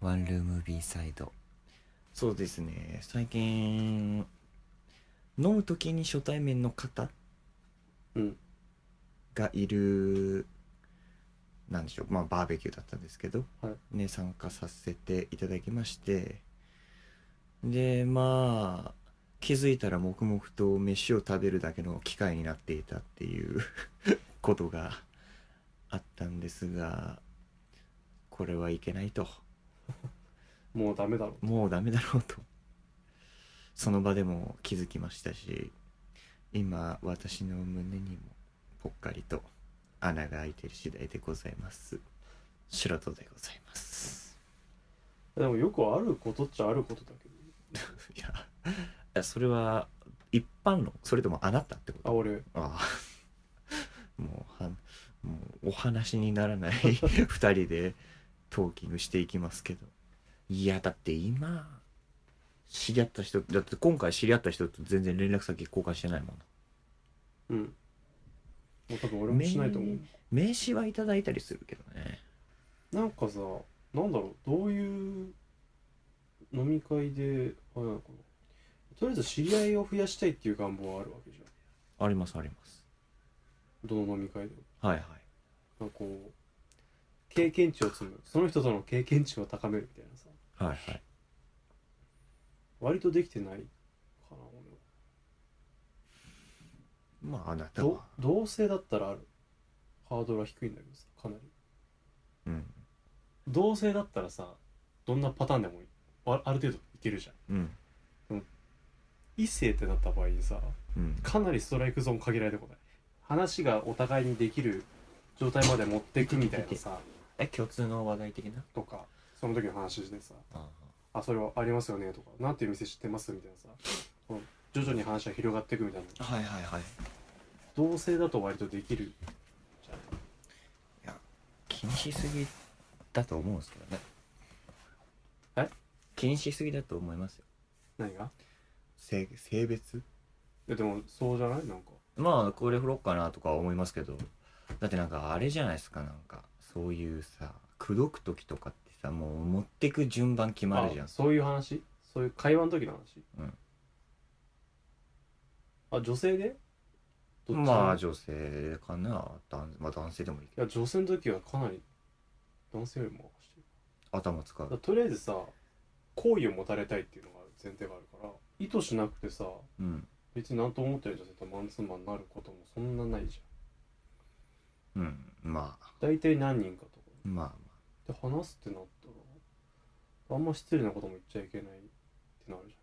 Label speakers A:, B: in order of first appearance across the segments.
A: ワンルーム B サイドそうですね最近飲む時に初対面の方
B: うん
A: がいるなんでしょうまあバーベキューだったんですけど、
B: は
A: ね参加させていただきましてでまあ気づいたら黙々と飯を食べるだけの機会になっていたっていう ことがあったんですがこれはいけないと
B: もうダメだろ
A: もうダメだろうとその場でも気づきましたし今私の胸にもぽっかりと穴が開いている次第でございます素人でございます
B: でもよくあることっちゃあることだけど
A: いやいやそれは一般論それともあなたってこ
B: あ
A: と
B: 俺
A: ああ もうはもうお話になら ない二人でトーキングしていきますけどいやだって今知り合った人だって今回知り合った人と全然連絡先交換してないもん
B: うんもう多分俺もしないと思う
A: 名名刺はいただいたりするけどね
B: なんかさなんだろうどういう飲み会であれなのかなとりあえず知り合いを増やしたいっていう願望はあるわけじゃん
A: ありますあります
B: どの飲み会でも
A: はいはい
B: なんかこう経験値を積むその人との経験値を高めるみたいなさ
A: はいはい
B: 割とできてないかな俺は
A: まああなた
B: ど
A: は
B: 同性だったらあるハードルは低いんだけどさかなり
A: うん
B: 同性だったらさどんなパターンでもいいあある程度いけるじゃん
A: うん
B: 異性ってなった場合にさ
A: うん
B: かなりストライクゾーン限られてこない話がお互いにできる状態まで持っていくみたいなさ
A: え共通の話題的な
B: とかその時の話でさ
A: あ
B: 「あそれはありますよね」とか「なんていう店知ってます?」みたいなさこう徐々に話が広がっていくみたいな
A: あはいはいはい
B: 同性だと割とできるじゃん
A: 気にしすぎだと思うんですけどね
B: え
A: 気にしすぎだと思いますよ
B: 何が
A: 性性別
B: いやでもそうじゃないなんか
A: まあこれ振ろうかなとか思いますけどだってなんかあれじゃないですかなんかそういうさ口説く時とかってさもう持ってく順番決まるじゃん
B: あそういう話そういう会話の時の話
A: うん
B: あ女性でどっち
A: まあ女性かな男まあ男性でもいいけ
B: い
A: ど
B: や女性の時はかなり男性よりもしてる
A: 頭使
B: だから
A: う
B: とりあえずさ好意を持たれたいっていうのが前提があるから意図しなくてさ
A: うん
B: 別に何とも思ってる女性とマンツーマンになることもそんなないじ
A: うんまあ
B: ゃん大体何人かとか
A: まあ
B: で話すってなったらあんま失礼なことも言っちゃいけないってなるじ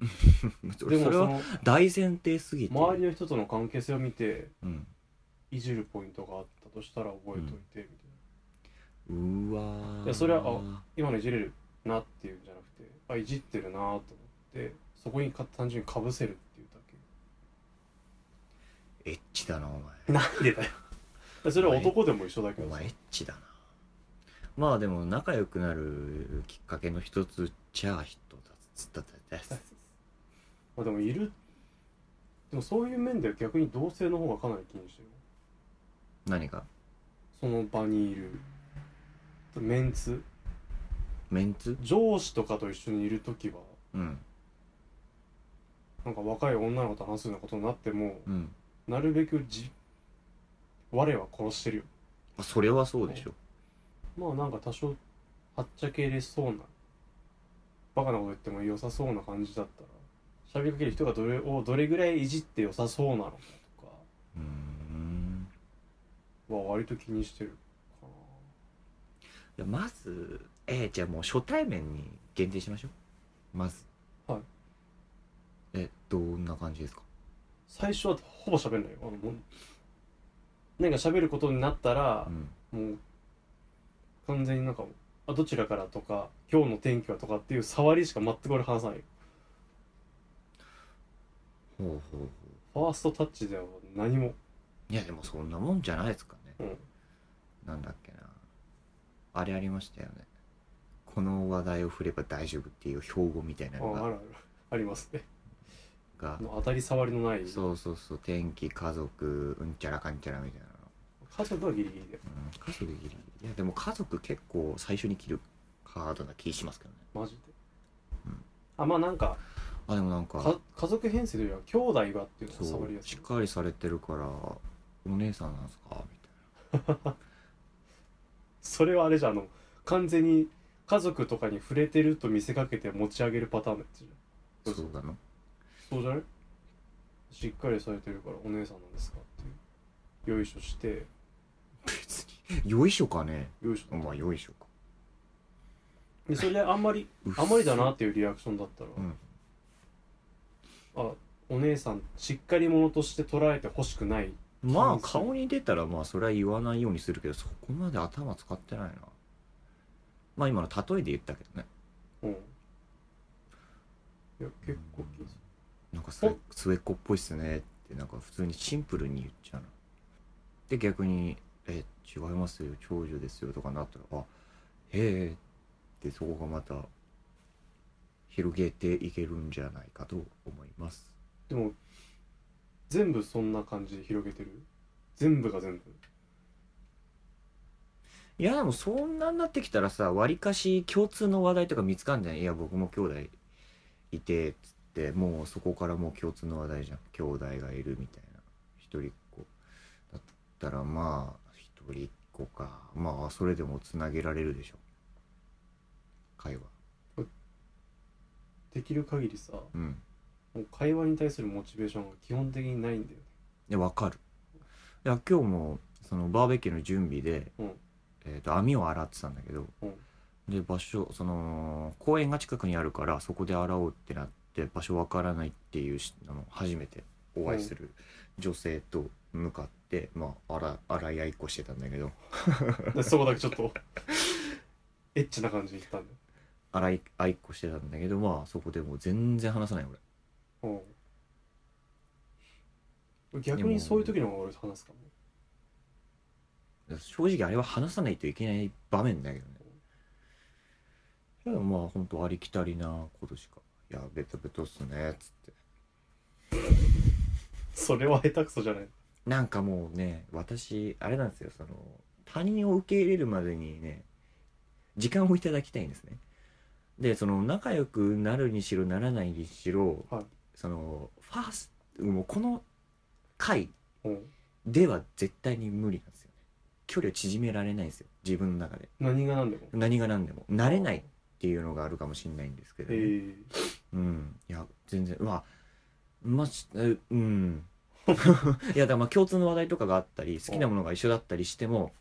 A: まあ
B: ゃんでも
A: それ
B: そ
A: は
B: の
A: 大前提すぎて
B: 周りの人との関係性を見て
A: うん
B: いじるポイントがあったとしたら覚えといてみたいな、
A: うーわー
B: いやそれはあ今のいじれるなっていうんじゃなくてあいじってるなと思ってそこにか単純にかぶせるっていうだ
A: エッチだなお前
B: けなんでだよ それは男でも一緒だけ
A: お
B: どさ
A: 前エッチだなまあでも仲良くなるきっかけの一つっちゃあ一つだったです
B: まあでもいるでもそういう面では逆に同性の方がかなり気にしてる
A: 何か
B: その場にいるメンツ
A: メンツ
B: 上司とかと一緒にいる時は
A: うん
B: なんか若い女の子と話すようなことになっても
A: うん
B: なるべくじ我は殺してるよ
A: あそれはそうでしょ
B: まあなんか多少はっちゃけれそうなバカなこと言っても良さそうな感じだったら喋りかける人がどれをどれぐらいいじって良さそうなのかとか
A: うーん
B: は割と気にしてるか
A: いやまずえー、じゃあもう初対面に限定しましょうまず
B: はい
A: えどんな感じですか
B: な最初はほぼ喋んないよあのもうなんか喋ることになったら
A: う、ん
B: もう完全になんかあどちらからとか今日の天気はとかっていう触りしか全く俺話さない
A: ほうほうほ
B: ファーストタッチでは何も、
A: ういやでもそんなもんじゃないですかね
B: うん、
A: なんだっけなあれありましたよねこの話題を振れば大丈夫っていう標語みたいな
B: あ
A: の
B: ある
A: が
B: あるありますね
A: が
B: あの当たり障りのない
A: そうそうそう天気家族うんちゃらかんちゃらみたいなの、
B: 家族はギリギリで
A: うん、家族ギリギリいやでも家族結構最初に切るかハードな気しますけどね
B: マジで、
A: うん
B: あまあなんか
A: あでもなん
B: か
A: か
B: 家族編成というよりは兄弟がっていうの
A: そ
B: が触
A: う
B: りやす
A: し
B: い
A: っかりされてるからお姉さんなんすかみたい
B: それはあれじゃんあの完全に家族とかに触れてると見せかけて持ち上げるパターンのやつじゃ
A: なんそうだな
B: そうじゃないしっかりされてるからお姉さんなんですかっていうよいしょして
A: 別によいしょかね
B: よいしょ
A: まあよいしょか
B: でそれであんまり
A: うっす
B: あまりだなっていうリアクションだったら、
A: うん
B: あお姉さんしっかり者として捉えてほしくない
A: まあ
B: そうそう
A: 顔に出たらまあそれは言わないようにするけどそこまで頭使ってないなまあ今の例えで言ったけどね
B: うんいや結構気にす
A: なんか末末っ子っぽいっすねってなんか普通にシンプルに言っちゃうなで逆に「え違いますよ長女ですよ」とかなったら「あへえ」ってそこがまた広げていけるんじゃないかと思います
B: るでも全部そんな感じで広げてる全部が全部
A: いやでもそんなになってきたらさわりかし共通の話題とか見つかんじゃんいや僕も兄弟いてっつってもうそこからもう共通の話題じゃん兄弟がいるみたいな一人っ子だったらまあ一人っ子かまあそれでもつなげられるでしょ会話
B: できる限りさ
A: うん
B: もう会話に対するモチベーションが基本的にないんだよね
A: でわかるいや今日もそのバーベキューの準備で、
B: うん
A: えー、と網を洗ってたんだけど、
B: うん
A: で場所その公園が近くにあるからそこで洗おうってなって場所わからないっていうしあの初めてお会いする女性と向かって、まあ洗洗い合いっこしてたんだけど
B: でそこだけちょっと エッチな感じで言ったんだよ
A: 洗い合いっこしてたんだけどまあそこでもう全然話さない俺
B: うん逆にそういう時の方が俺話すかも
A: 正直あれは話さないといけない場面だけどねでもまあ本当ありきたりなことしか「いやベトベトっすね」っつって
B: それは下手くそじゃない
A: なんかもうね私あれなんですよその他人を受け入れるまでにね時間をいただきたいんですねでその仲良くなるにしろならないにしろ、
B: はい
A: そのファーストもうこの回
B: うん
A: では絶対に無理なんですよね距離を縮められないんですよ自分の中で
B: 何が何でも
A: 何が何でも慣れないっていうのがあるかもしれないんですけど、
B: え
A: ね
B: ー、
A: うんいや全然まあましえうん いやだからまあ共通の話題とかがあったり好きなものが一緒だったりしても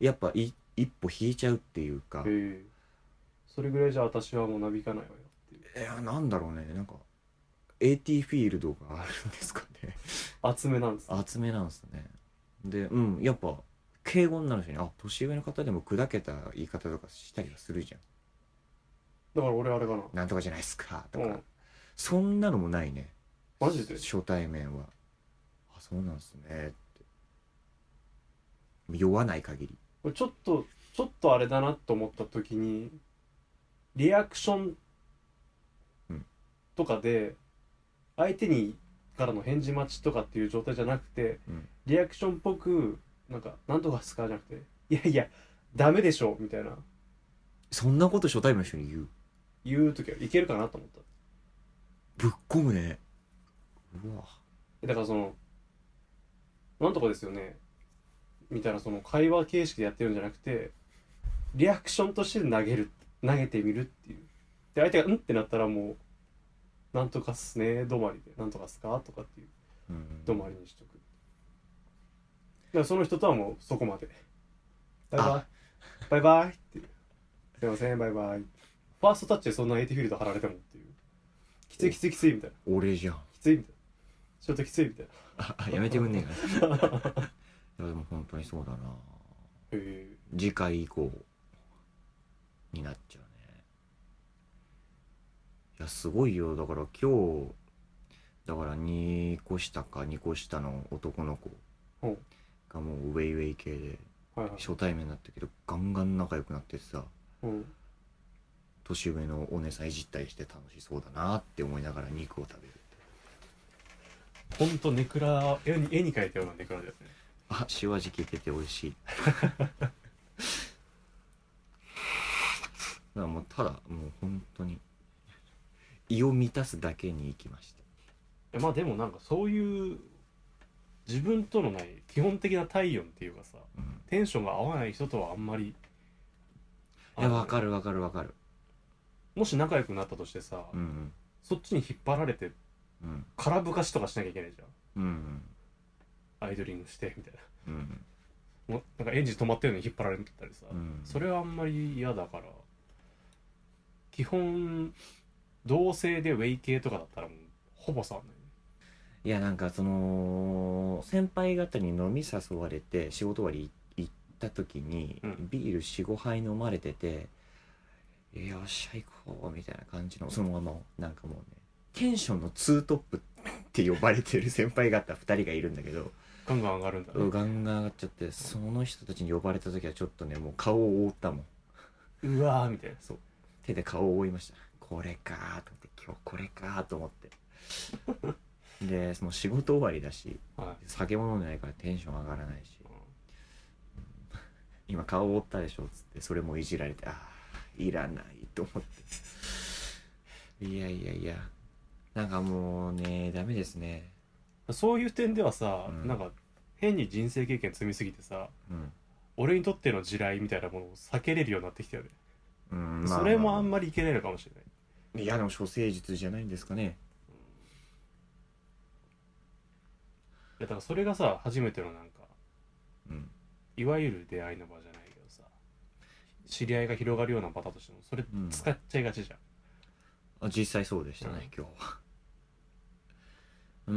A: やっぱい一歩引いちゃうっていうか
B: えー、それぐらいじゃ私はもうなびかないわよっていう
A: いやなんだろうねなんか AT フィールドがあるんですかね
B: 厚めなんです
A: 厚めなんですねでうんやっぱ敬語になるしねあ年上の方でも砕けた言い方とかしたりはするじゃん
B: だから俺あれかな
A: なんとかじゃないっすかとか、
B: うん
A: そんなのもないね
B: マジで
A: 初対面はあそうなんすねって酔わない限り
B: これちょっとちょっとあれだなと思った時にリアクション
A: うん
B: とかで相手にからの返事待ちとかっていう状態じゃなくて、
A: うん
B: リアクションっぽくなんか「なんとかっすか?」じゃなくて「いやいやダメでしょ」みたいな
A: そんなこと初対面の人に言う
B: 言う時はいけるかなと思った
A: ぶっ込むねうわ
B: えだからその「なんとかですよね」みたいなその会話形式でやってるんじゃなくてリアクションとして投げる投げてみるっていうで相手が「うん?」ってなったらもう「なんとかっすね」止まりで「なんとかっすか?」とかっていう
A: うん
B: 止まりにしとくだからその人とはもうそこまでバイバ
A: あ
B: イバイバイっていうすいませんバイバイファーストタッチでそんなエイティフィールド貼られてもっていうきついきついきついみたいな
A: 俺じゃん
B: きついみたいなちょっときついみたいな
A: ああやめてくんねえかな いやでも本当にそうだな
B: へえ
A: 次回以降になっちゃうねいやすごいよだから今日だから2個下か2個下の男の子
B: ほう
A: がもうウェイウェイ系で
B: はいはい
A: 初対面だったけどガンガン仲良くなってさ
B: うん
A: 年上のお姉さんいじったりして楽しそうだなって思いながら肉を食べる
B: ほんとネクラ絵に絵に描いたようなネクラですね
A: あ塩 味効いてて美味しいからもうただもう本当に胃を満たすだけに行きました
B: えまあでもなんかそういう自分とのない基本的な体温っていうかさ
A: うん
B: テンションが合わない人とはあんまり
A: いやわかるわかるわかる
B: もし仲良くなったとしてさ、
A: うん
B: そっちに引っ張られて
A: うん
B: 空ぶかしとかしなきゃいけないじ
A: うんうん
B: ゃんアイドリングしてみたい
A: うん
B: なもうなんかエンジン止まったように引っ張られたりさ、
A: うん
B: それはあんまり嫌だから基本同性でウェイ系とかだったらもうほぼ触んないね
A: いやなんかその先輩方に飲み誘われて仕事終わり行った時に
B: うん
A: ビール45杯飲まれてて「よっしゃ行こう」みたいな感じのそのままなんかもうねテンションのツートップって呼ばれてる先輩方2人がいるんだけど
B: ガンガン上がるんだね、
A: うんガンガン上がっちゃってその人たちに呼ばれた時はちょっとねもう顔を覆ったもん
B: うわーみたいな
A: 手で顔を覆いましたこれかーと思って今日これかーと思って でその仕事終わりだし
B: はい
A: 酒も飲んでないからテンション上がらないし今顔を覆ったでしょっつってそれもいじられてあーいらないと思っていやいやいやなんかもうねダメですね
B: うんそういう点ではさ、
A: うん
B: なんか変に人生経験積みすぎてさ
A: うん
B: 俺にとっての地雷みたいなものを避けれるようになってきたよね、
A: うん
B: それもあん
A: ま
B: まりいけないのかもしれない
A: りいやでも処世術じゃないんですかね
B: いやだからそれがさ初めてのなんか
A: うん
B: いわゆる出会いの場じゃないけどさ知り合いが広がるような場だとしてもそれ
A: うん
B: 使っちゃいがちじゃん、
A: あ実際そうでしたね、
B: うん
A: 今日は うー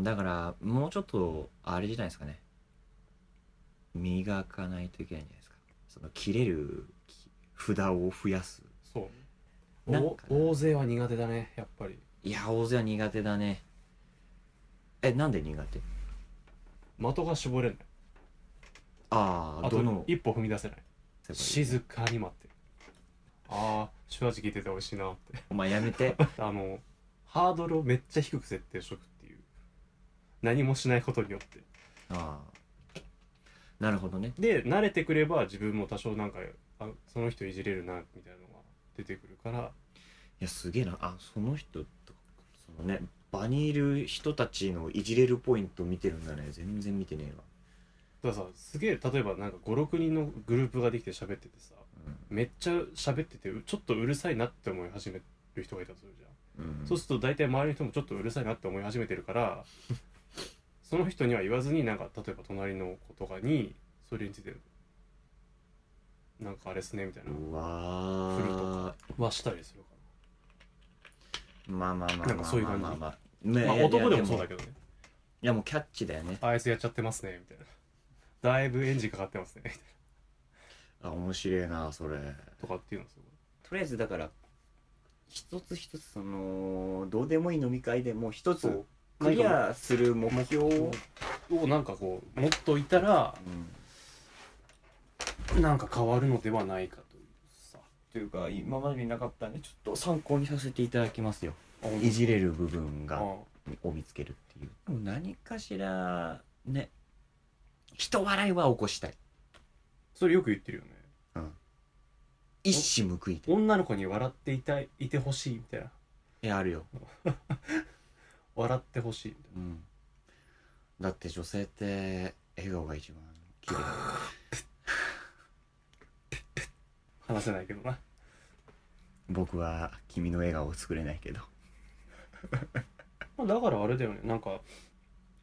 A: んだからもうちょっとあれじゃないですかね磨かないといけないんじゃないですかその切れるき札を増やす
B: そう
A: なん
B: お
A: かね
B: 大勢は苦手だねやっぱり
A: いや大勢は苦手だねえなんで苦手
B: 的が絞れない
A: ああ
B: あ
A: ど
B: と
A: の
B: 一歩踏み出せない
A: 世界
B: 静かに待ってるああ塩味聞いてて美味しいなって
A: お前やめて
B: あのハードルをめっちゃ低く設定しとくっていう何もしないことによって
A: ああなるほどね
B: で慣れてくれば自分も多少なんかあその人いじれるなみたいなのが出てくるから
A: いやすげえなあその人とそのね場にいる人たちのいじれるポイント見てるんだね全然見てねえわ
B: だからさすげえ例えばなんか56人のグループができて喋っててさめっちゃ喋っててうちょっとうるさいなって思い始める人がいたとするじゃん、
A: うん
B: そうすると大体周りの人もちょっとうるさいなって思い始めてるから その人には言わずになんか例えば隣の子とかにそれについてなんかあれっすねみたいな
A: うわ
B: 振ると
A: ー
B: はしたりするか
A: まあまあまあまあまあまあ
B: なんかそういう感じ
A: まあまあ
B: な、まあ、男でもそうだ
A: ど
B: けどね
A: いやもうキャッチだよね
B: あいつやっちゃってますねみたいなだいぶエンジンかかってますねみたい
A: あ面白いなそれ
B: なとかっていうのすご
A: とりあえずだから一つ一つそのどうでもいい飲み会でもう一
B: い
A: つ
B: ク
A: ク
B: リ
A: リ
B: ア
A: アする目標を、
B: をなんかこう持っといたらなんか変わるのではないかというさ
A: というか今までになかったんでちょっと参考にさせていただきますよ
B: あほんと
A: いじれる部分
B: あ
A: がを見つけるっていうでも何かしらね人笑いは起こしたい
B: それよく言ってるよね
A: 一矢報いて
B: 女の子に笑っていたいいてほしいみたいな
A: えあるよ、
B: 笑ってほしいみたい
A: うん、だって女性って笑顔が一番綺麗
B: な話せないけどな
A: 僕は君の笑顔を作れないけど
B: まあだからあれだよねなんか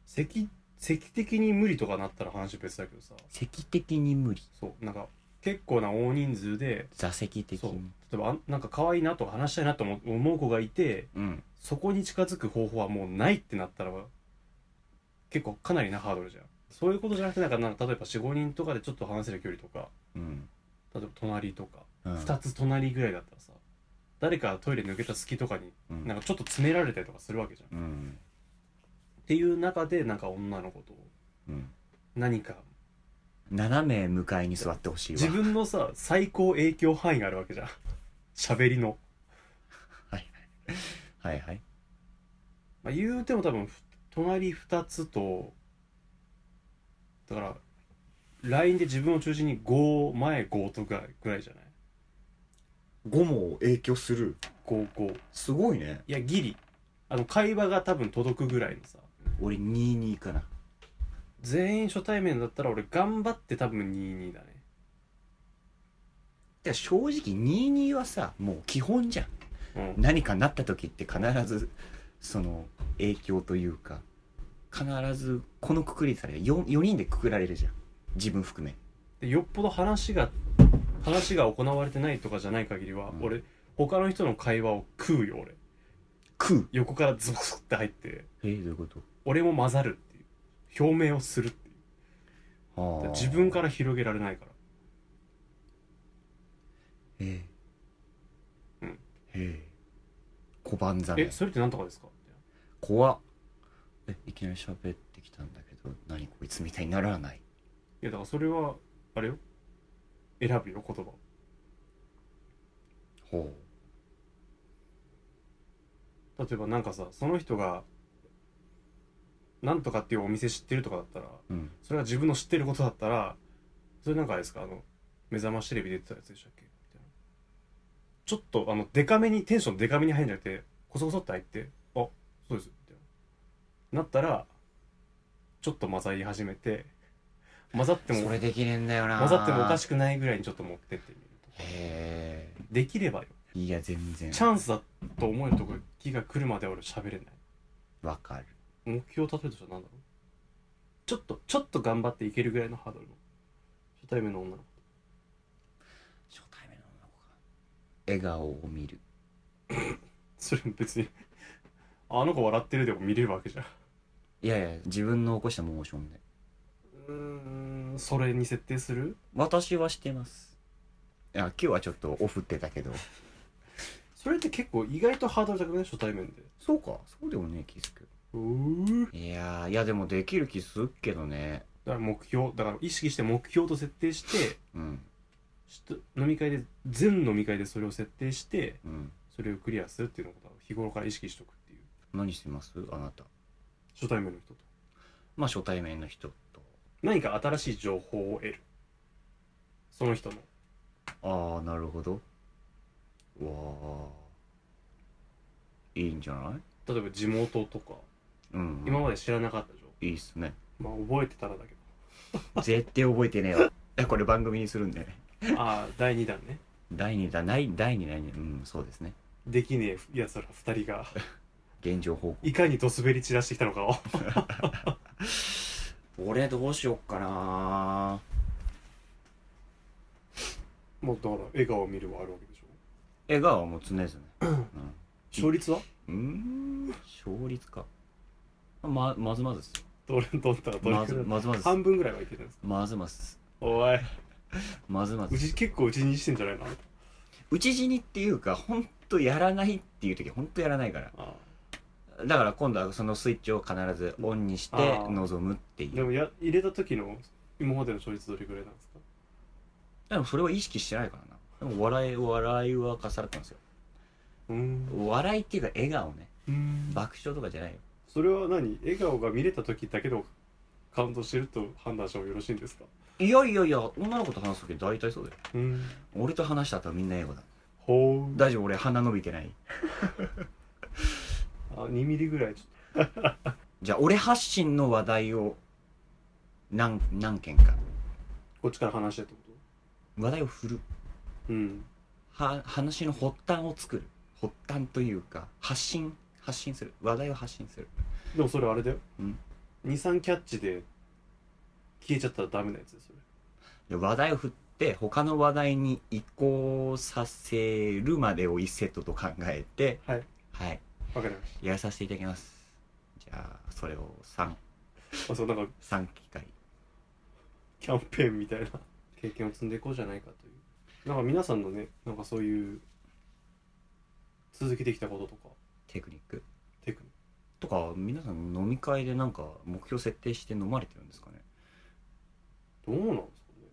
B: 席席的に無理とかなったら話別だけどさ
A: 席的に無理
B: そうなんか結構な大人数で
A: 座席的
B: そう
A: に
B: 例えばあんなんか可愛いなとか話したいなと思う思う子がいて
A: うん
B: そこに近づく方法はもうないってなったら結構かなりなハードルじゃんそういうことじゃなくてなんかなんか例えば45人とかでちょっと話せる距離とか
A: うん、
B: 例えば隣とか、
A: う
B: 二
A: ん
B: 2つ隣ぐらいだったらさ誰かトイレ抜けた隙とかに
A: うん
B: なんかちょっと詰められたりとかするわけじゃん、
A: うん
B: っていう中でなんか女の子と
A: うん
B: 何か
A: 斜め向かいに座ってほしいわ
B: 自分のさ最高影響範囲があるわけじゃん 喋りの、
A: はいはい
B: まあ、言うても多分ふ隣2つとだから LINE で自分を中心に5前5とかぐらいじゃない
A: 5も影響する
B: 55
A: すごいね
B: いやギリあの会話が多分届くぐらいのさ
A: 俺22かな
B: 全員初対面だったら俺頑張って多分22だね
A: いや正直22はさもう基本じゃん
B: うん
A: 何かなった時って必ずその影響というか必ずこのくくりでされる 4, 4人でくくられるじゃん自分含め
B: でよっぽど話が話が行われてないとかじゃない限りは、
A: うん
B: 俺他の人の会話を食うよ俺
A: 食う
B: 横からズボズボって入って
A: えどういうこと
B: 俺も混ざるっていう表明をするっていうだから自分からら広げられないから
A: ええ
B: うん
A: ええ小判ざ
B: え
A: め
B: それって何とかですか
A: 怖っえいきなり喋ってきたんだけど何こいつみたいにならない
B: いやだからそれはあれよ選ぶよ言葉を
A: ほ
B: 例えばなんかさその人がなんとかっていうお店知ってるとかだったら
A: ううん
B: それが自分の知ってることだったらそれなんかあれですかあの目覚ましテレビ出てたやつでしたっけみたいなちょっとあのデカめにテンションデカめに入るんじゃなくてコソコソって入ってあそうですみたいななったらちょっと混ざり始めて混ざっても
A: それ
B: 混
A: できねえんだよな
B: ざってもおかし
A: く
B: くないぐらいにちょっと持ってってみると
A: へ
B: できればよ
A: えいや全然
B: チャンスだと思えるとこ気が来るまで俺喋れない
A: わかる
B: 目標を立てるとしたら何だろうちょっとちょっと頑張っていけるぐらいのハードルの初対面の女の子
A: 初対面の女の子か笑顔を見る
B: それも別にあの子笑ってるでも見れるわけじゃん
A: いやいや自分の起こしたモーションで
B: うーんそれに設定する
A: 私はしてますいや今日はちょっとオフってたけど
B: それって結構意外とハードル高くない初対面で
A: そうかそうでもね気づく
B: うーだか
A: いやーいやでもできる気するけどね
B: ら目標だから意識して目標と設定して
A: うん
B: しと飲み会で全飲み会でそれを設定して
A: うん
B: それをクリアするっていうのを日頃から意識しとくっていう
A: 何してますあなた
B: 初対面の人と
A: まあ初対面の人と
B: 何か新しい情報を得るその人の
A: ああなるほどわあいいんじゃない
B: 例えば地元とか
A: うん
B: 今まで知らなかった情報
A: いいっすね
B: まあ覚えてたらだけ
A: 絶対覚えてねえわい やこれ番組にするんでね
B: どああ第2弾ね
A: 第2弾ない第2弾にうんそうですね
B: できねえやつら2人が
A: 現状報告
B: いかにドスベリ散らしてきたのかを
A: 俺どうしよっかな
B: もうだから笑顔を見るはあるわけでしょ
A: 笑顔はもう常々うん
B: 勝率は
A: うーん勝率かままずまずっすよ
B: どれどんなど
A: ま
B: れ
A: ず
B: くらい
A: まずまずっす
B: 半分ぐらいはいけてるんですか
A: まずまずっす
B: おい
A: まずまず
B: う
A: っす
B: ち結構うちにしてんじゃないのあなた
A: うち死にっていうかほんとやらないっていう時ほんとやらないから
B: あ
A: だから今度はそのスイッチを必ずオンにして
B: あー
A: 臨むって
B: あ
A: いう
B: でもや入れた時の今までの勝率どれくらいなんですか
A: でもそれは意識してないからなでも笑い笑いは重なったんですよ
B: うーん
A: 笑いっていうか笑顔ね
B: うーん
A: 爆笑とかじゃないよ
B: それは何笑顔が見れた時だけどカウントしてると判断してもよろしいんですか
A: いやいやいや女の子と話す時大体そうだよ
B: うーん
A: 俺と話した後はみんな英語だ
B: ほう
A: 大丈夫俺鼻伸びてない
B: あ2ミリぐらいちょっ
A: じゃあ俺発信の話題を何何件か
B: とこっちから話してってこ
A: 話題を振る
B: とうん
A: は話の発端を作る発端というか発信発信する話題を発信する
B: でもそれあれだよ
A: うん
B: 23キャッチで消えちゃったらダメなやつですよ
A: で話題を振って他の話題に移行させるまでを1セットと考えて
B: はい
A: はい
B: わかりまし
A: やらさせていただきますじゃあそれを 3,
B: たあそうなんか
A: 3機会
B: キャンペーンみたいな経験を積んでいこうじゃないかというなんか皆さんのねなんかそういう続けてきたこととか
A: テクニック
B: テクニッ
A: とか皆さん飲み会でなんか目標設定して飲まれてるんですかね
B: クどうなんですかね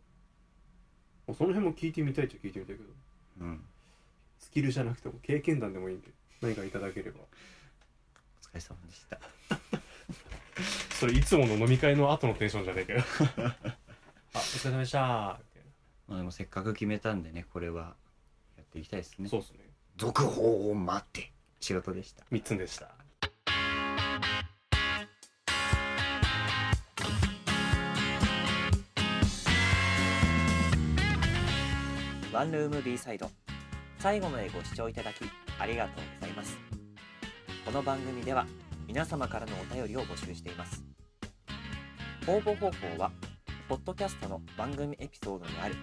B: もうその辺も聞いてみたいっちゃ聞いてみたいけど
A: うん
B: スキルじゃなくても経験談でもいいんで何かいただければ
A: お疲れ様でした
B: それいつもの飲み会の後のテンションじゃねえか よあお疲れ様でしたみたいな
A: まあでもせっかく決めたんでねこれはやっ
C: っていきたいですね
B: そうですね。
C: 続報を待って仕事でした
B: 三つんでした。
A: ワンルーム B サイド最後までご視聴いただきありがとうございますこの番組では皆様からのお便りを募集しています応募方法はポッドキャストの番組エピソードにある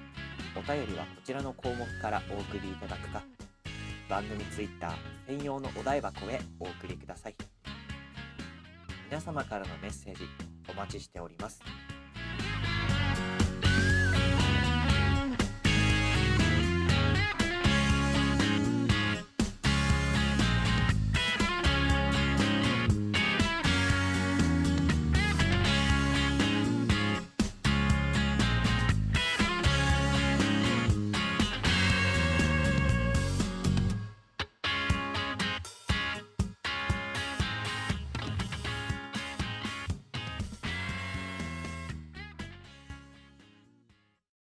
A: お便りはこちらの項目からお送りいただくか番組ツイッター専用のお台箱へお送りください皆様からのメッセージお待ちしております